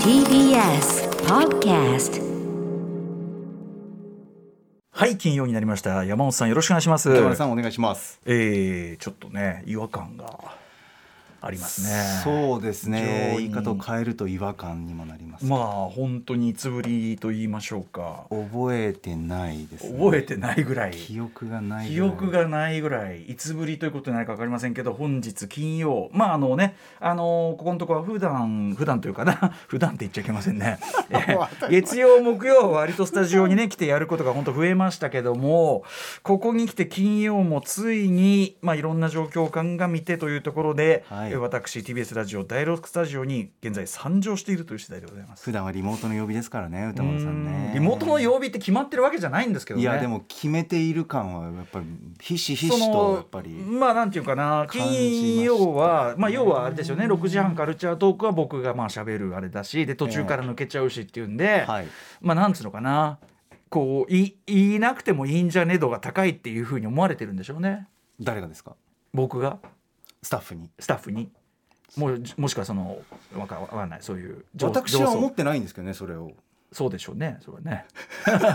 TBS Podcast はい金曜になりました山本さんよろしくお願いします北村さんお願いします。えー、ちょっとね違和感がありますねそうですね。非言い常に方を変えると違和感にもなります。まあ本当にいつぶりと言いましょうか覚えてないです、ね。覚えてないぐらい記憶がない記憶がないぐらいいつぶりということになるか分かりませんけど本日金曜まああのねあのここのところは普段普段というかな 普段って言っちゃいけません ねえー月曜木曜は割とスタジオにね来てやることが本当増えましたけどもここに来て金曜もついにまあいろんな状況を鑑みてというところで、はいえー私 TBS ラジオ第6スタジオに現在参上しているという次第でございます。普段はリモートの曜日ですからね、歌丸さんね。リモートの曜日って決まってるわけじゃないんですけどいね。やでも決めている感はやっぱりひしひそしのとやっぱり。まあなんていうかな感じました金曜はまあ要はあれですよね6時半カルチャートークは僕がまあ喋るあれだしで途中から抜けちゃうしっていうんで、はい。まあなんつうのかなこうい言いなくてもいいんじゃね度が高いっていうふうに思われてるんでしょうね誰がですか？僕がスタッフに。スタッフにもうもしくはそのわかわかんないそういう上私は上層思ってないんですけどね、それを。そうでしょうねそれはね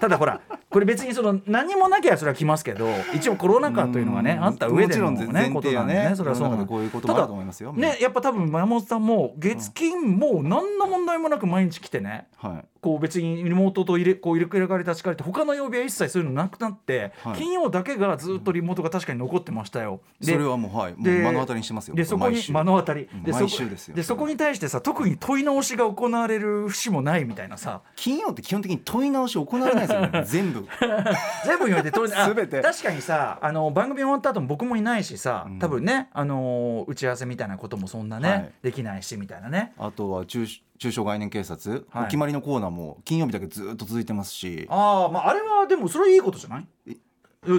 ただほらこれ別にその何もなきゃそれは来ますけど一応コロナ禍というのがねんあった上でのもねちろん前こと提なはんでね、ねそれはそうなんで世の中でこういうことたもあだると思いますよ。ね、やっぱ多分山本さんも月金もう何の問題もなく毎日来てね、はい。こう別にリモートと入れこう入れ替わり立ち替わりって他の曜日は一切そういうのなくなって、はい金曜だけがずっとリモートが確かに残ってましたよ。そでれはもうはい、もうで目の当たりにしてますよ。でそこに毎週目の当たりうんでそこ毎週ですよでそこに対してさ特に問い直しが行われる節もないみたいなさ金曜って基本的に問い直し行われないですよ ね全部全部言われて問い あ全て確かにさあの番組終わった後も僕もいないしさうん多分ね、あの打ち合わせみたいなこともそんなね、はいできないしみたいなね。あとは中中小概念警察、はいお決まりのコーナーも金曜日だけずっと続いてますしああまああれはでもそれはいいことじゃないえ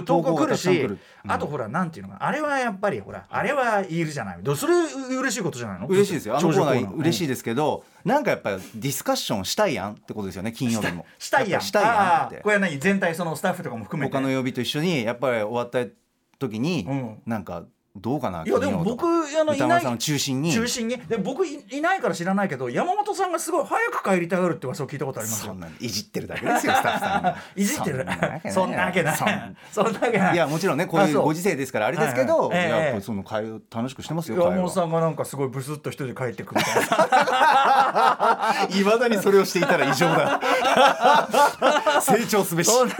投稿来るし投稿がたくさん来るうんあとほらなんていうのかなあれはやっぱりほらあれはいるじゃないどそれ嬉しいことじゃないの嬉しいですよあのコーナー嬉しいいですけど、なんかやっぱりディスカッションしたいやんってことですよね金曜日もしたいやんっぱしたいやんっあーてこれは何全体そのスタッフとかも含めて他の曜日と一緒にやっぱり終わった時に、うんなんかどうかないいやでも僕あのい歌な丸さんのい中心に中心にで僕いいないから知らないけど山本さんがすごい早く帰りたがるって噂を聞いたことありますそよんなのいじってるだけですよスタッフさんが いじってるそそんんななわわけけなないいそんなわけないいやもちろんねこうあいうそうご時世ですからあれですけど、はいはいええやっぱその会話楽しくしてますよ山会本話さんがなんかすごいブスッと一人で帰ってくるみたいない まだにそれをしていたら異常 だ成長すべしそんな、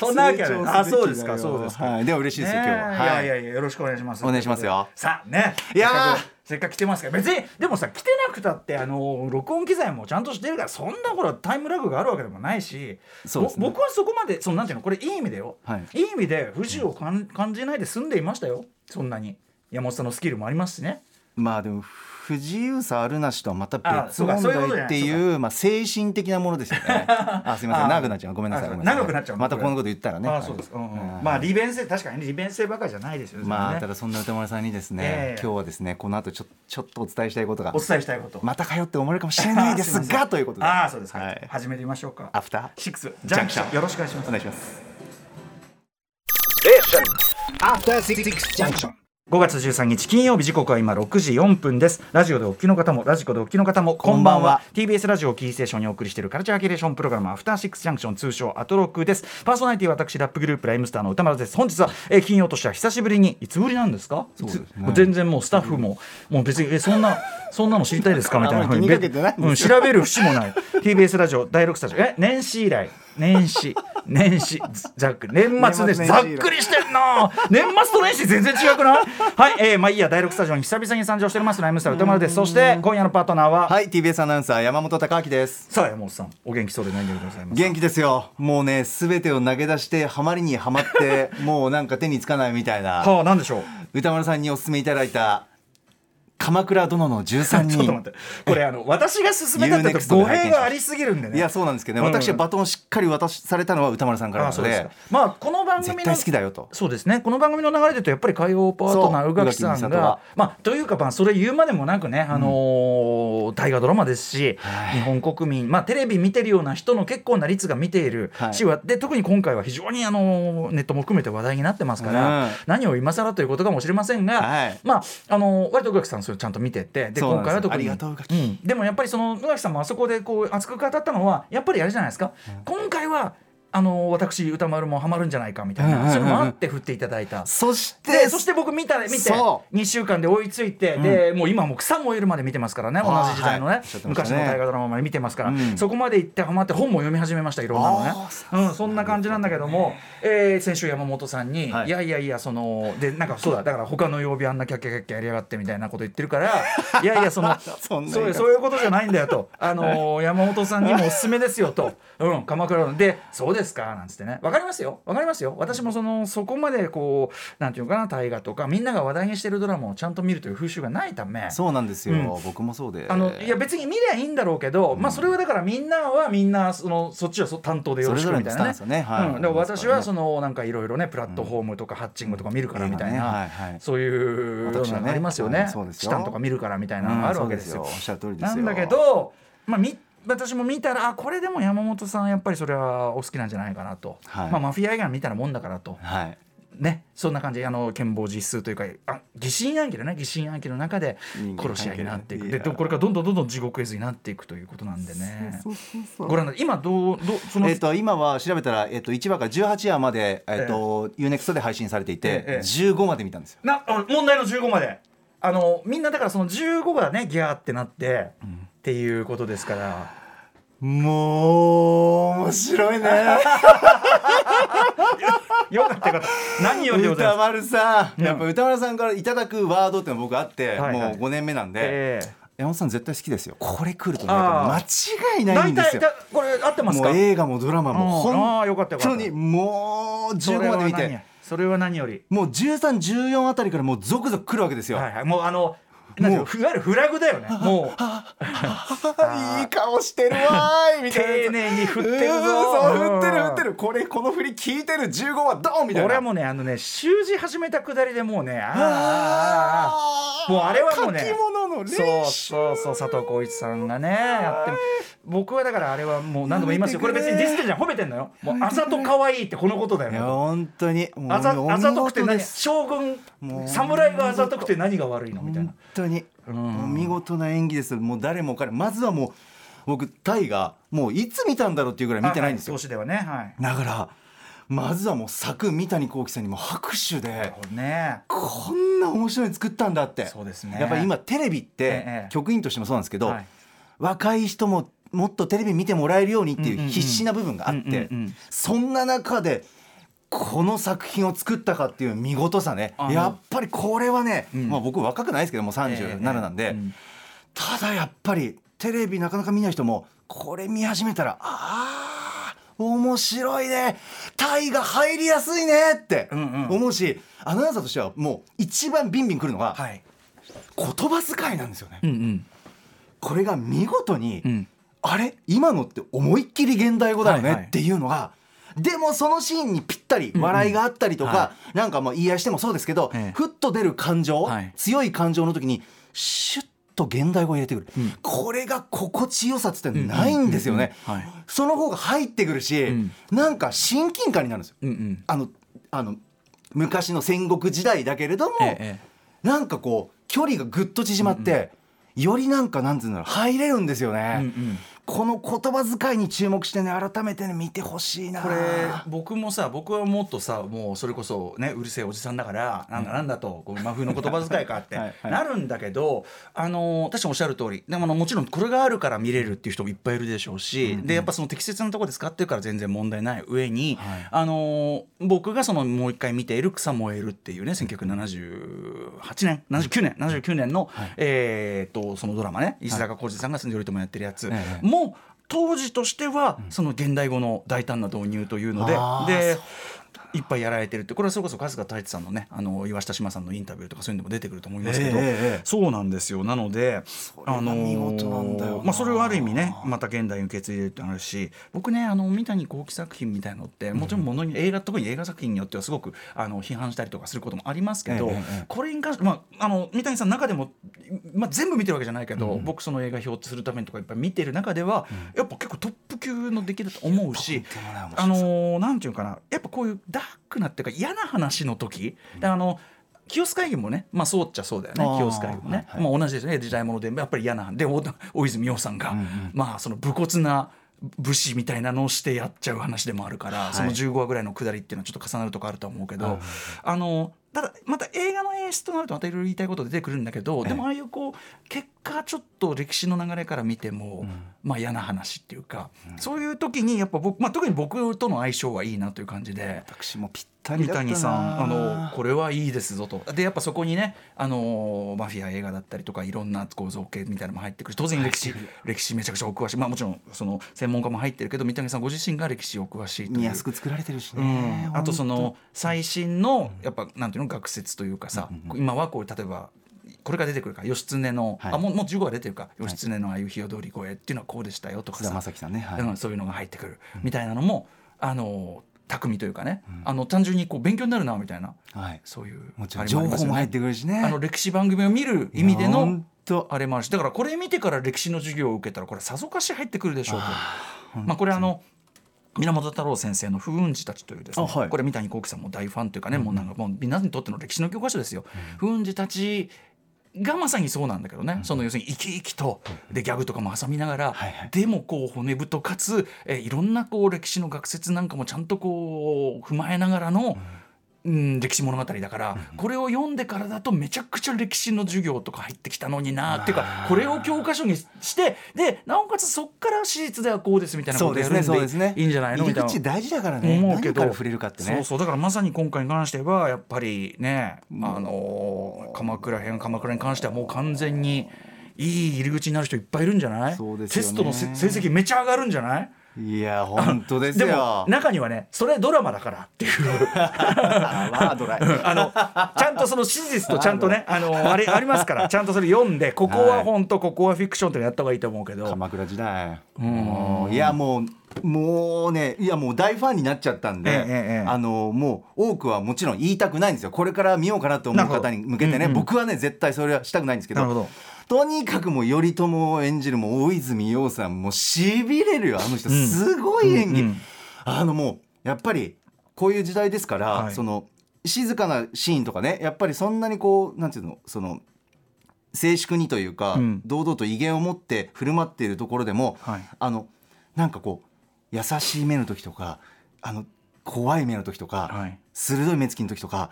そんなわけはない。あ、そうですか、そうですか。はい、では嬉しいですよ、ねえ今日は。いやいやいや、よろしくお願いします。お願いしますよさあ、ね。いやーせっかくせっかく来てますから、別に、でもさ、来てなくたって、あの、録音機材もちゃんとしてるから、そんなほら、タイムラグがあるわけでもないし。そうですねぼ僕はそこまで、そのなんていうの、これいい意味でよ。はいい意味で、不自由をかん感じないで済んでいましたよ。そんなに。山本さんのスキルもありますしね。まあでも不自由さあるなしとはまたあ別そう問かそういうことじ題ゃっないていうまあ精神的なものですよ ね。あすみませあん長くなっちゃうごめんなさいあごめんなさい長くなっちゃうのまたこんなこと言ったらね。あ、そうです。うんうんはいまあ、利便性、確かに利便性ばかりじゃないですよ。まそれあたはねだそんな歌丸さんにですえねえ今日はですねこの後ちょちょっとお伝えしたいことがお伝えしたいこと。また通って思われるかもしれないです あませがんということで。ああそうですか、はい始めてみましょうかアフターシックスジジャャンンククシショョンンよろしくお願いしますお願いします。 After Six Junction. 5月13日金曜日時刻は今6時4分ですラジオでお聞きの方もラジコでお聞きの方もここんんばばんんはは TBS ラジオをキーステーションにお送りしているカルチャーキュレーションプログラムアフターシックスジャンクション通称アトロクですパーソナリティは私ラップグループライムスターの歌丸です本日は、えー金曜としては久しぶりにいつぶりなんですかそうですねいつもう全然もうスタッフも、もう別にえそんなそんなの知りたいですかみたいなふうにあんまり気にかけてないんですようん調べる節もない TBS ラジオ第6スタジオえ年始以来年始年 始ざっくり年末です年末年始以来ざっくりびっくりしてんな年末と年始全然違くないはい、えー、まあいいや第6スタジオに久々に参上しておりますライムスター歌丸ですそして今夜のパートナーは、はい TBS アナウンサー山本貴明です。さあ山本さんお元気そうで何よりでございます元気ですよもうね全てを投げ出してハマりにハマって もうなんか手につかないみたいなはあ何でしょう歌丸さんにお勧めいただいた「鎌倉殿の 13ちょっと待っ人てこれあの私が勧めたってこと Unext で語拝見弊しましたがありすぎるんで」ねいやそうなんですけどね、うん私はバトンをしっかり渡しされたのは歌丸さんからあなそのうですでかまあこの番組の絶対好きだよとそうですねこの番組の流れで言うとやっぱり海洋パートナーそう宇垣さ宇垣ん美里がはまあというかまあそれ言うまでもなくね、あのー大河ドラマですし日本国民まあテレビ見てるような人の結構な率が見ているはいし、はで特に今回は非常にあのーネットも含めて話題になってますから、うん何を今更ということかもしれませんが、はいまああのー割と宇垣さんそれをちゃんと見ててでそうな今ん回はです特にありがとう宇垣んでもやっぱりその宇垣さんもあそこでこう熱く語ったのはやっぱりあれじゃないですか、今回はあの私歌丸もハマるんじゃないかみたいな、うんうんうんうんそういうのもあって振っていただいた。そしてでそして僕見た見てそ2週間で追いついて、でもう今もう草燃えるまで見てますからね同じ時代のね、はいおっしゃってました昔ねの大河ドラマまで見てますから、うんそこまで行ってハマって本も読み始めましたいろんなのねあーうん、そんな感じなんだけども、えー先週山本さんに、、はいいやいやいやそのでなんかそうだだから他の曜日あんなキャッキャキャッキャやりやがってみたいなこと言ってる からいやいやそのそんな言いそう方いうそういうことじゃないんだよ と、あのー山本さんにもおすすめですよと、うん、鎌倉のでそうですかなんつってねわかりますよわかりますよ私もそのそこまでこうなんていうのかな大河とかみんなが話題にしてるドラマをちゃんと見るという風習がないためそうなんですうんよ僕もそうであのいや別に見りゃいいんだろうけど、まあそれはだからみんなはみんなそのそっちはそ担当でよろしくみたいなねそれぞれのスタンスねはいうん、だから私はそのなんかいろいろねプラットフォームとかハッチングとか見るからみたいな、映画ねはいはいそういうの私はねがありますよねうんそうですチよタンとか見るからみたいなのがあるわけですよ。うんそうですよおっしゃる通りですなよんだけど、まあ、み私も見たらあこれでも山本さんやっぱりそれはお好きなんじゃないかなと、はいまあ、マフィア映画みたいなもんだからと。はいね、そんな感じであの剣謀実数というかあ疑心暗鬼だね疑心暗鬼の中で人間関係殺し合いになっていくいでやどこれからどんどんどんどん地獄絵図になっていくということなんでねそうそうそうご覧になって今どうどうその、えっと今は調べたらえっと1話から18話までえっと UNEXT で配信されていええええて15まで見たんですよなあ問題の15まであのみんなだからその15がねギャーってなって、っていうことですからもう面白いねよかったよかった何よりでござい 歌ます丸さんやっぱ歌丸さんからいただくワードっていうの僕あってはいはいもう5年目なんでえ山本さん絶対好きですよこれ来るとねあ間あ違いえない大んです体よだこれ合ってますもかう映画もドラマもうんああよか本ったよかっ当たにもう15まで見それは何やてそれは何よりもう1314あたりからもう続々来るわけですよはいはいもうあのなんていうものいわゆるフラグだよねもう いい顔してるわーいみたいな丁寧に振ってるぞうーんそううん振ってる振ってるこれこの振り聞いてる15はドンみたいな俺はもうねあのね習字始めたくだりでもうねあーあーあーあーもうあれはもうね書き物の練習そうそうそう佐藤浩市さんがねやってる僕はだからあれはもう何度も言いますよこれ別にディスってんじゃん褒めてんのよもうあざと可愛いってこのことだいやよ本当にもうあざあざとくてお見事何です将軍もう侍があざとくて何が悪いのみたいな本当にんお見事な演技ですもう誰も彼もまずはもう僕タイがもういつ見たんだろうっていうぐらい見てないんですよあは投資ではねはいだからまずはもう作三谷幸喜さんにも拍手でこれねこんな面白いの作ったんだってそうですねやっぱり今テレビっええて局員としてもそうなんですけど、はい若い人ももっとテレビ見てもらえるようにってうんうんいううん必死な部分があっうんうんてうんそんな中でこの作品を作ったかっていう見事さねあのやっぱりこれはね、んまあ、僕若くないですけどもう37なんで、ええうんただやっぱりテレビなかなか見ない人もこれ見始めたらあー面白いねタイが入りやすいねってんうん思うし、アナウンサーとしてはもう一番ビンビンくるのがはい言葉遣いなんですよね、うんうんこれが見事に、んあれ今のって思いっきり現代語だはよいはいねっていうのが、でもそのシーンにぴったり笑いがあったりとか、はなんかもう言い合いしてもそうですけど、ええふっと出る感情、はい強い感情の時にシュッと現代語を入れてくる、これが心地よさっつってないんですよね、うんうんうんうんはその方が入ってくるし、んなんか親近感になるんですよ、うんうんあのあの昔の戦国時代だけれども、ええええなんかこう距離がぐっと縮まって、よりなんかなんつうの入れるんですよね、うんうんこの言葉遣いに注目してね改めてね見てほしいなこれ僕もさ僕はもっとさもうそれこそねうるせえおじさんだからなんだなんだと、こう真冬の言葉遣いかって はいはいなるんだけどあのー確かにおっしゃる通りでもあのもちろんこれがあるから見れるっていう人もいっぱいいるでしょうし、でやっぱその適切なところで使ってるから全然問題ない上に、あのー僕がそのもう一回見ている「草燃える」っていうね1978年79年79年の、えーっとそのドラマね石坂浩二さんが住んで頼朝やってるやつ、ええもう当時としてはその現代語の大胆な導入というので、あーでいっぱいやられてるってこれはそれこそ春日太一さんのねあの岩下志麻さんのインタビューとかそういうのも出てくると思いますけど、ええええそうなんですよなのでれが見事なんだあよなのーまあ、それをある意味ねまた現代に受け継いでるってのあるし僕ねあの三谷幸喜作品みたいのってもちろんものに、映画特に映画作品によってはすごくあの批判したりとかすることもありますけど、ええええこれに関して、まあ、あの三谷さんの中でも、まあ、全部見てるわけじゃないけど、僕その映画表するためにとかいっぱい見てる中では、やっぱ結構トップ級のできると思うしとんでもない面白さあのーなんていうかなやっぱこういうダークなっていうか嫌な話の時、であの清須会議もね、まあ、そうっちゃそうだよねあー清須会議もね、はいまあ、同じですね時代物でやっぱり嫌なでお大泉洋さんが、まあその武骨な武士みたいなのをしてやっちゃう話でもあるから、いその15話ぐらいのくだりっていうのはちょっと重なるとこあると思うけど、あのただまた映画の演出となるとまたいろいろ言いたいこと出てくるんだけど、でもああいうこう結果ちょっと歴史の流れから見ても、まあ嫌な話っていうか、そういう時にやっぱ僕、まあ、特に僕との相性はいいなという感じで。私もぴったり三だったな谷さんあのこれはいいですぞとでやっぱそこにねあのマフィア映画だったりとかいろんなこう造形みたいなのも入ってくるし当然歴史歴史めちゃくちゃお詳しい、まあ、もちろんその専門家も入ってるけど三谷さんご自身が歴史お詳しいという見やすく作られてるしうねん、あとその最新のやっぱなんていうの学説というかさ、今はこう例えばこれが出てくるから義経の、はいあもうもう15話出てるか義経のああいう日を通り越えっていうのはこうでしたよとか菅さ田将暉さんねはいうんそういうのが入ってくるみたいなのも、あの巧みというかね、あの単純にこう勉強になるなみたいなはいそういうもちあろんれ情あります報よねも入ってくるしねあの歴史番組を見る意味でいやほのんとあれもあるしだからこれ見てから歴史の授業を受けたらこれさぞかし入ってくるでしょうと。まあ、これあの源太郎先生の「不運児たち」というですね、あはいこれ三谷幸喜さんも大ファンというかね、もうなんかもうみんなにとっての歴史の教科書ですよ。不運児たちがまさにそうなんだけどね、その要するに生き生きとでギャグとかも挟みながら、はいはいでもこう骨太かつ、えーいろんなこう歴史の学説なんかもちゃんとこう踏まえながらの、うん、歴史物語だから、これを読んでからだとめちゃくちゃ歴史の授業とか入ってきたのになっていうかこれを教科書にしてでなおかつそっから史実ではこうですみたいなこそとうでやするんねでそうですねいいんじゃないのみたい入り口な。大事だからね思うけ何どから触れるかってねそうそうだからまさに今回に関してはやっぱりね、あのー鎌倉編鎌倉に関してはもう完全にいい入り口になる人いっぱいいるんじゃないそうですよテねストのせ成績めちゃ上がるんじゃないいや本当ですでよも中にはねそれドラマだからっていう あまあドライうんあのちゃんとその史実とちゃんとねあのあれありますからちゃんとそれ読んでここは本当ここはフィクションってやった方がいいと思うけど鎌倉時代もういやもうもうねいやもう大ファンになっちゃったんで、ええええあのもう多くはもちろん言いたくないんですよこれから見ようかなと思う方に向けてね、僕はね絶対それはしたくないんですけどなるほどとにかくもう頼朝を演じるもう大泉洋さんもうしびれるよあの人すごい演技、うんうんあのもうやっぱりこういう時代ですから、はいその静かなシーンとかねやっぱりそんなにこうなんていうのその静粛にというか、うん堂々と威厳を持って振る舞っているところでも、はいあのなんかこう優しい目の時とかあの怖い目の時とか、はい鋭い目つきの時とか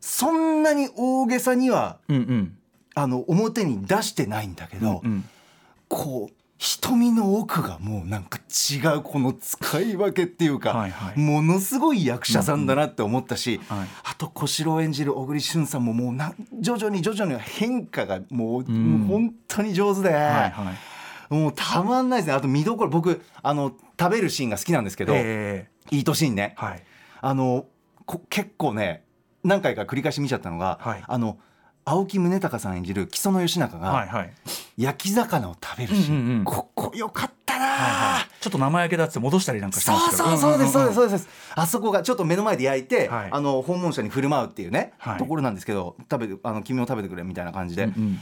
そんなに大げさにはうんうんあの表に出してないんだけど、うんこう瞳の奥がもうなんか違うこの使い分けっていうか、はいはいものすごい役者さんだなって思ったし、うんはいあと小四郎演じる小栗旬さんももうなん徐々に徐々に変化がもう,、んもう本当に上手で、はいはいもうたまんないですねあと見どころ僕あの食べるシーンが好きなんですけど、えいいとシーンねえ。はいあのこ結構ね何回か繰り返し見ちゃったのが、はいあの青木宗隆さん演じる木曽義仲が、はいはい焼き魚を食べるシーン、うんうんうんここよかったなあ、ちょっと生焼けだっつって戻したりなんかしてそまうすけどそうそうですそうんんですんそうです、あそこがちょっと目の前で焼いて、はいあの訪問者に振る舞うっていうね、はいところなんですけど食べてあの君も食べてくれみたいな感じで、うんうん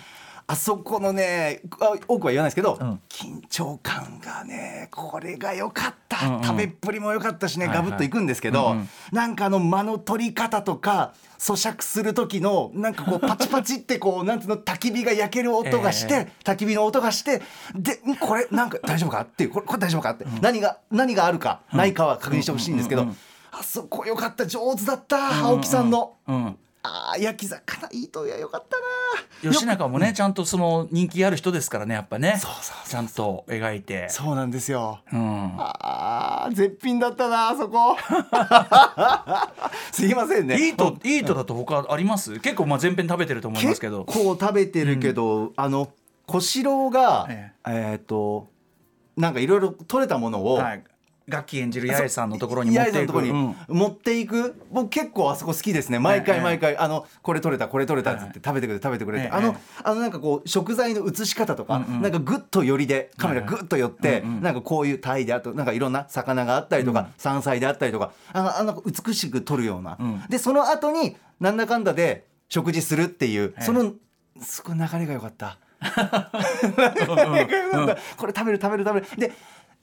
あそこのねあ多くは言わないですけど、うん緊張感がねこれが良かった、うんうん食べっぷりも良かったしね、はいはいガブッといくんですけど、うんうんなんかあの間の取り方とか咀嚼する時のなんかこう パチパチってこうなんていうの焚き火が焼ける音がして、え焚き火の音がしてでんこれなんか大丈夫かっていうこれこれ大丈夫かって、何が何があるかないかは確認してほしいんですけど、うんうんあそこ良かった上手だった青木さんの。うんあー焼き魚いいとや良かったな吉永もねちゃんとその人気ある人ですからねやっぱねそうそうそうちゃんと描いてそうなんですようんあー絶品だったなあそこ すいませんねいいといいとだと他あります結構まあ全編食べてると思いますけど結構食べてるけど、あの小四郎がええっ、となんかいろいろ取れたものを、はい、楽器演じる八重さんのところに持八っ重さていんのとくころに持っていく、僕結構あそこ好きですね毎え回え毎回、あのこれ取れたこれ取れたっつって食べてくれ食べてくれって、ええあえのあのなんかこう食材の写し方とか、うんうんなんかグッと寄りでカメラグッと寄って、うんうんなんかこういうタイであとなんかいろんな魚があったりとか、うん山菜であったりとかあのあの美しく撮るような、うんでその後になんだかんだで食事するっていう、ええそのすごい流れが良かった。うんうん なんだこれ食べる食べる食べるで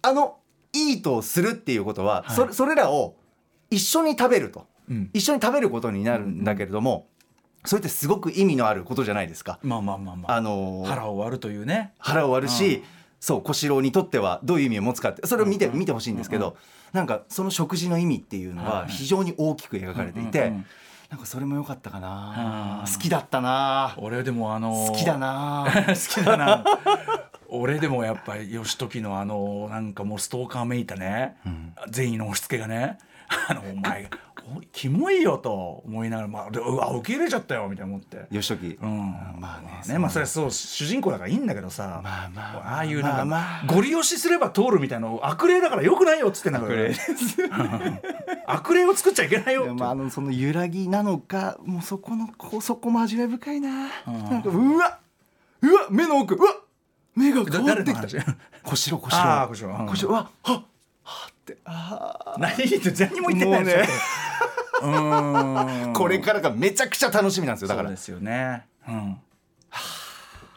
あのいいとするっていうことは、それそれらを一緒に食べると、うん一緒に食べることになるんだけれども、それってすごく意味のあることじゃないですか。まあまあまあまああのー腹を割るというね腹を割るし、うんそう小四郎にとってはどういう意味を持つかってそれを見て,、見てほしいんですけど、なんかその食事の意味っていうのはいははい非常に大きく描かれていて、うんうんうんなんかそれも良かったかな、うん好きだったな、俺でもあのー好きだ な、好きだな俺でもやっぱり義時のあのなんかもうストーカーめいたね、善意の押し付けがね あのお前おキモいよと思いながら、まあ、でうわ受け入れちゃったよみたいな思って。義時、うん、まあねねまあそれはそう主人公だからいいんだけどさ、まあまあまあああいうなんか、まあゴリ押しすれば通るみたいなの悪霊だからよくないよっつってんだから悪霊です 悪霊を作っちゃいけないよいやまあ、あのその揺らぎなのかもうそこのこそこも味わい深いな,、なんかうわうわ目の奥うわ目が変わっだ誰てきたの話小四郎小あー小四四郎郎うん小四郎うわはっはっってあ 何言って何も言ってないでしょもう ねうーんーこれからがめちゃくちゃ楽しみなんですよだかそうらですよね、うん、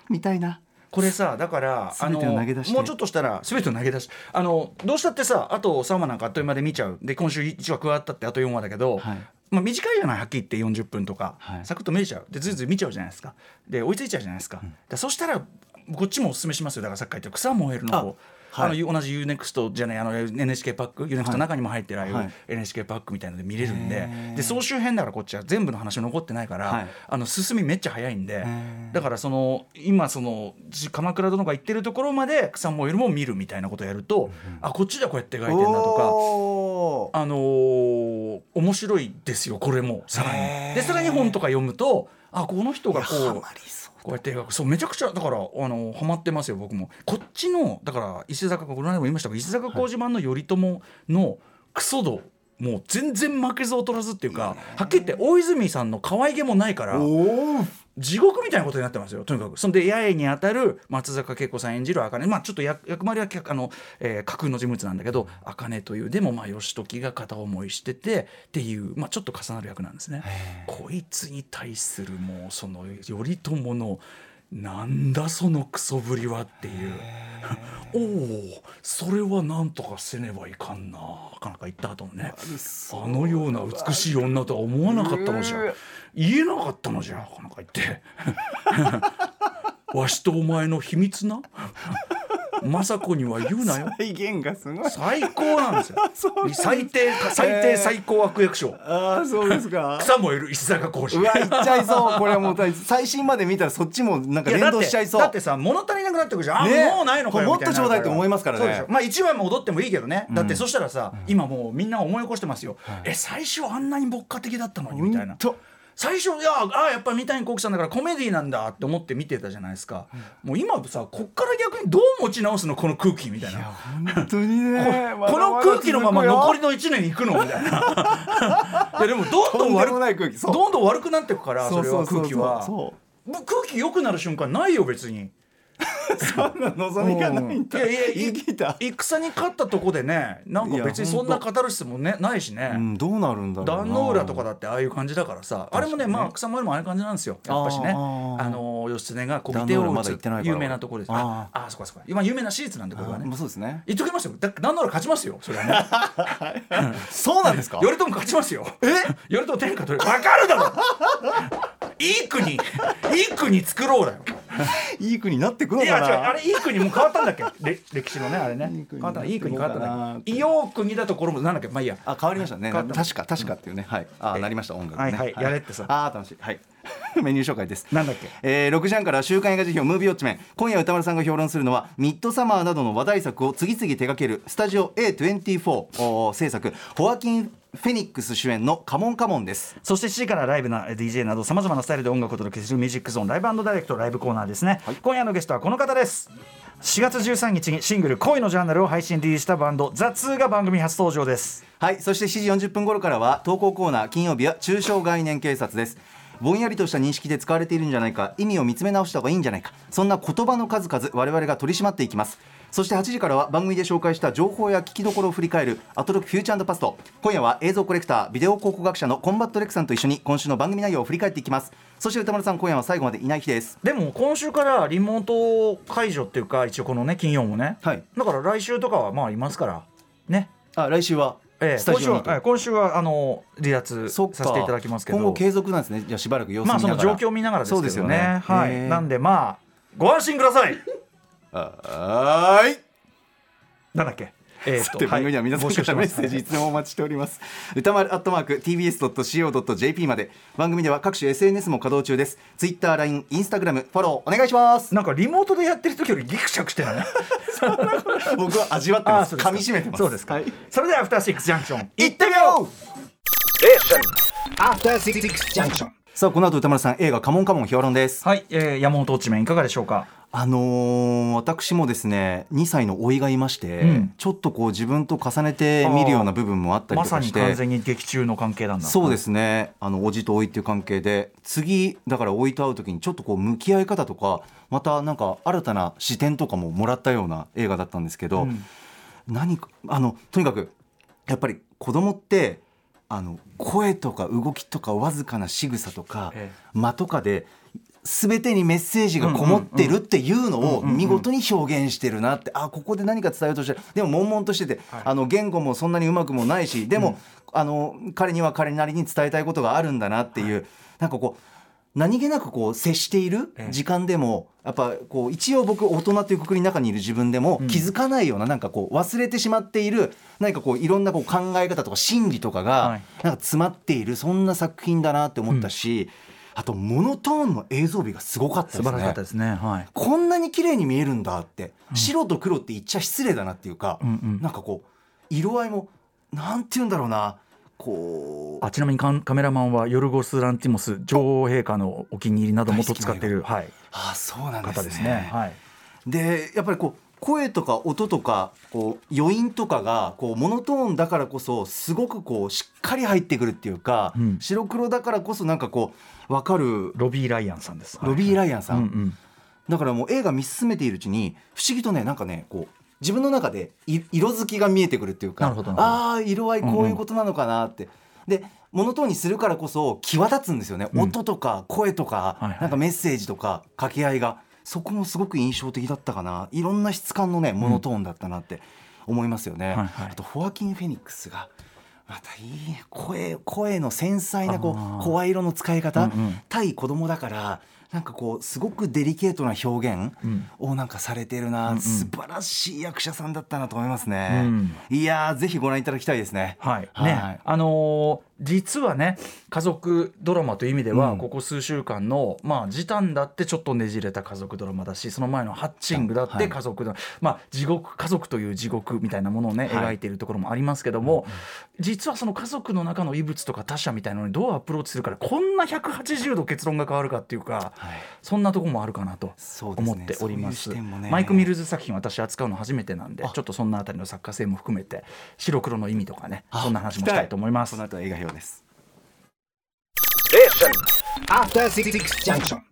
みたいなこれさだからあ全てを投げ出してもうちょっとしたら全てを投げ出しあのどうしたってさあと3話なんかあっという間で見ちゃうで今週1話加わったってあと4話だけど、はいまあ、短いじゃないはっきり言って40分とか、はいサクッと見れちゃうでずいずい見ちゃうじゃないですかで追いついちゃうじゃないですか,、でそしたらこっちもおすすめしますよだからさっき言った草燃えるの方ああ,、はいの同じ UNEXT じゃないあの NHK パック UNEXT の中にも入ってるああいはうい NHK パックみたいので見れるんで,、へーで総集編だからこっちは全部の話残ってないから、はいあの進みめっちゃ早いんでーだからその今そのじ鎌倉殿が行ってるところまで草燃えるも見るみたいなことをやると、あこっちではこうやって描いてんだとか。おーあのー面白いですよこれもさらへーに。でさらに本とか読むとあこの人がこいやハうマりそうこうやって描くそうめちゃくちゃだからあのハマってますよ僕も。こっちのだから石坂この間も言いましたが石坂浩二版の頼朝のクソ度もう全然負けず劣らずっていうかはっきり言って大泉さんの可愛げもないから。おー地獄みたいなことになってますよとにかくそんで八重にあたる松坂慶子さん演じる茜まあちょっと役役割はあの、えー架空の人物なんだけど茜というでもまあ義時が片思いしててっていう、まあ、ちょっと重なる役なんですねこいつに対するもうその頼朝のなんだそのクソぶりはっていう。お おそれはなんとかせねばいかんなかなか言った後もねあのような美しい女とは思わなかったのじゃ言えなかったのじゃかなか言って わしとお前の秘密な 政子には言うなよ再現がすごい最高なん ですよ最低最えー低最高悪役賞ああそうですか草燃える石坂浩 う二わいっちゃいそうこれはもう最新まで見たらそっちもなんかいやだ連っ動てしちゃいそうだってさ物足りなくなってくるじゃん、ねあもうないのかよもっみとたいになるちょうだいと思いますからねそうでしょまあ1話も踊ってもいいけどね、だってそしたらさ今もうみんな思い起こしてますよ、え最初あんなに牧歌的だったのにみたいほんなと最初いやあやっぱ三谷幸喜さんだからコメディなんだって思って見てたじゃないですか、もう今さこっから逆にどう持ち直すのこの空気みたいな本当にねこの空気のまま残りりの1年いくのみたいないやでもどんどんとんでもない空気悪そうどんどん悪くなっていくからそそうれそはうそう空そう気はそもう空気良くなる瞬間ないよ別に望みがないんだいやいやい言い切った戦に勝ったとこでねなんか別にそんな語る質もねないしね、うんどうなるんだろうな壇ノ浦とかだってああいう感じだからさあれもねまあ草間よりもああいう感じなんですよやっぱしねあーあーあの義経がこびて壇ノ浦をま打だ行つってないから有名なところですああそこそこ今有名なシーツなんでこれはあねまあそうですね言っときますよだ壇ノ浦勝ちますよそれ はねそうなんですか頼朝勝ちますよえ頼朝天下取れ分かるだろいい国いい国作ろうだよいい国になってくのいやか違うあなれいい国もう変わったんだっけれ歴史のねあれねいい変国わったいい国変わったんどうかなだっってけ硫黄国だところもなんだっけまあいいやあ変わりましたね変わった確か確かっていうねはいあなりました音楽ねはいはいやれってさあー楽しいはい メニュー紹介ですなんだっけえー6時半から週刊映画辞表ムービーウォッチメン今夜歌丸さんが評論するのはミッドサマーなどの話題作を次々手掛けるスタジオ A24 おー制作ホアキン・フェニックス主演の「カモンカモン」ですそして7時からライブなえー DJ などさまざまなスタイルで音楽をお届けするミュージックゾーンライブダイレクトライブコーナーですね、今夜のゲストはこの方です4月13日にシングル「恋のジャーナル」を配信リリースしたバンド「ザ・ツーが番組初登場ですはいそして7時40分頃からは投稿コーナー金曜日は中小概念警察ですぼんやりとした認識で使われているんじゃないか意味を見つめ直した方がいいんじゃないかそんな言葉の数々我々が取り締まっていきますそして8時からは番組で紹介した情報や聞きどころを振り返る「アトロックフューチャーパスト」今夜は映像コレクタービデオ考古学者のコンバットレックさんと一緒に今週の番組内容を振り返っていきますそして歌丸さん今夜は最後までいない日ですでも今週からリモート解除っていうか一応このね金曜もね、はいだから来週とかはまあいますからねあ来週はええスタ今ジ週オはに、ええ今週はあの離脱そっかさせていただきますけど今後継続なんですねじゃあしばらく様子見まあなそがらの状況を見ながらですけどねそうですよねはへえい、なんでまあご安心くださいはーいなんだっけえーっさて番組では皆さんからメッセージいつでもお待ちしております歌丸アットマーク tbs.co.jp まで番組では各種 SNS も稼働中です TwitterLINE インスタグラムフォローお願い しますなんかリモートでやってる時よりギクシャクしてない 僕は味わってあまーすそうですか噛み締めてますそうですか、はいそれではアフターシックスジャンクション行ってみよう After Six Junction. さあこの後歌丸さん映画カモンカモン評論ですはい、えー、山本落ち面いかがでしょうかあのー私もですね2歳の甥がいまして、うんちょっとこう自分と重ねて見るような部分もあったりまとさかしにて、完全に劇中の関係なんだそうですねあのおじとおいっていう関係で次だからおいと会う時にちょっとこう向き合い方とかまたなんか新たな視点とかももらったような映画だったんですけど、うん何かあのとにかくやっぱり子供ってあの声とか動きとかわずかな仕草とか、え間とかで全てにメッセージがこもってるっていうのを見事に表現してるなってあここで何か伝えようとしてるでも悶々としてて、あの言語もそんなにうまくもないしでも、あの彼には彼なりに伝えたいことがあるんだなっていう、なんかこう何気なくこう接しているええ時間でもやっぱこう一応僕大人というくくりの中にいる自分でも気づかないようななんかこう忘れてしまっている何かこういろんなこう考え方とか心理とかはがいなんか詰まっているそんな作品だなって思ったし、あとモノトーンの映像美がすごかった素で晴すらしかったね。ですねはいこんなに綺麗に見えるんだって、白と黒って言っちゃ失礼だなっていうか、うんうんなんかこう色合いもなんて言うんだろうなこうあちなみにカンカメラマンはヨルゴス・ランティモス女王陛下のお気に入りなどもと使っている、はい、あそうなん方ですね。はいでやっぱりこう声とか音とかこう余韻とかがこうモノトーンだからこそすごくこうしっかり入ってくるっていうか、うん白黒だからこそなんかこう分かるロビー・ライアンさんです。ロビー・ライアンさん、うんうんだからもう映画見進めているうちに不思議とねなんかねこう自分の中でい色づきが見えてくるっていうかなるほどなるほどああ色合いこういうことなのかなって、でモノトーンにするからこそ際立つんですよね、うん音とか声とか、はいはいなんかメッセージとか掛け合いがそこもすごく印象的だったかないろんな質感のねモノトーンだったなって思いますよね、はいはいあとホアキン・フェニックスがまたいいね声声の繊細なこあーう声色の使い方、うんうん対子供だからなんかこうすごくデリケートな表現うんをなんかされてるな、うんうん素晴らしい役者さんだったなと思いますね、うんいやーぜひご覧いただきたいですねはいねはいあのー実はね家族ドラマという意味では、うんここ数週間の、まあ、時短だってちょっとねじれた家族ドラマだしその前の「ハッチング」だっはいて家族ドラマ、まあ、地獄家族という地獄みたいなものをね、はい描いているところもありますけども、実はその家族の中の異物とか他者みたいなのにどうアプローチするかでこんな180度結論が変わるかっていうか。はいそんなとこもあるかなとそうですね思っておりますそういう視点もねマイク・ミルズ作品私扱うの初めてなんであちょっとそんなあたりの作家性も含めて白黒の意味とかねあそんな話もしたいと思いますこの。後は映画表です After Six Junction.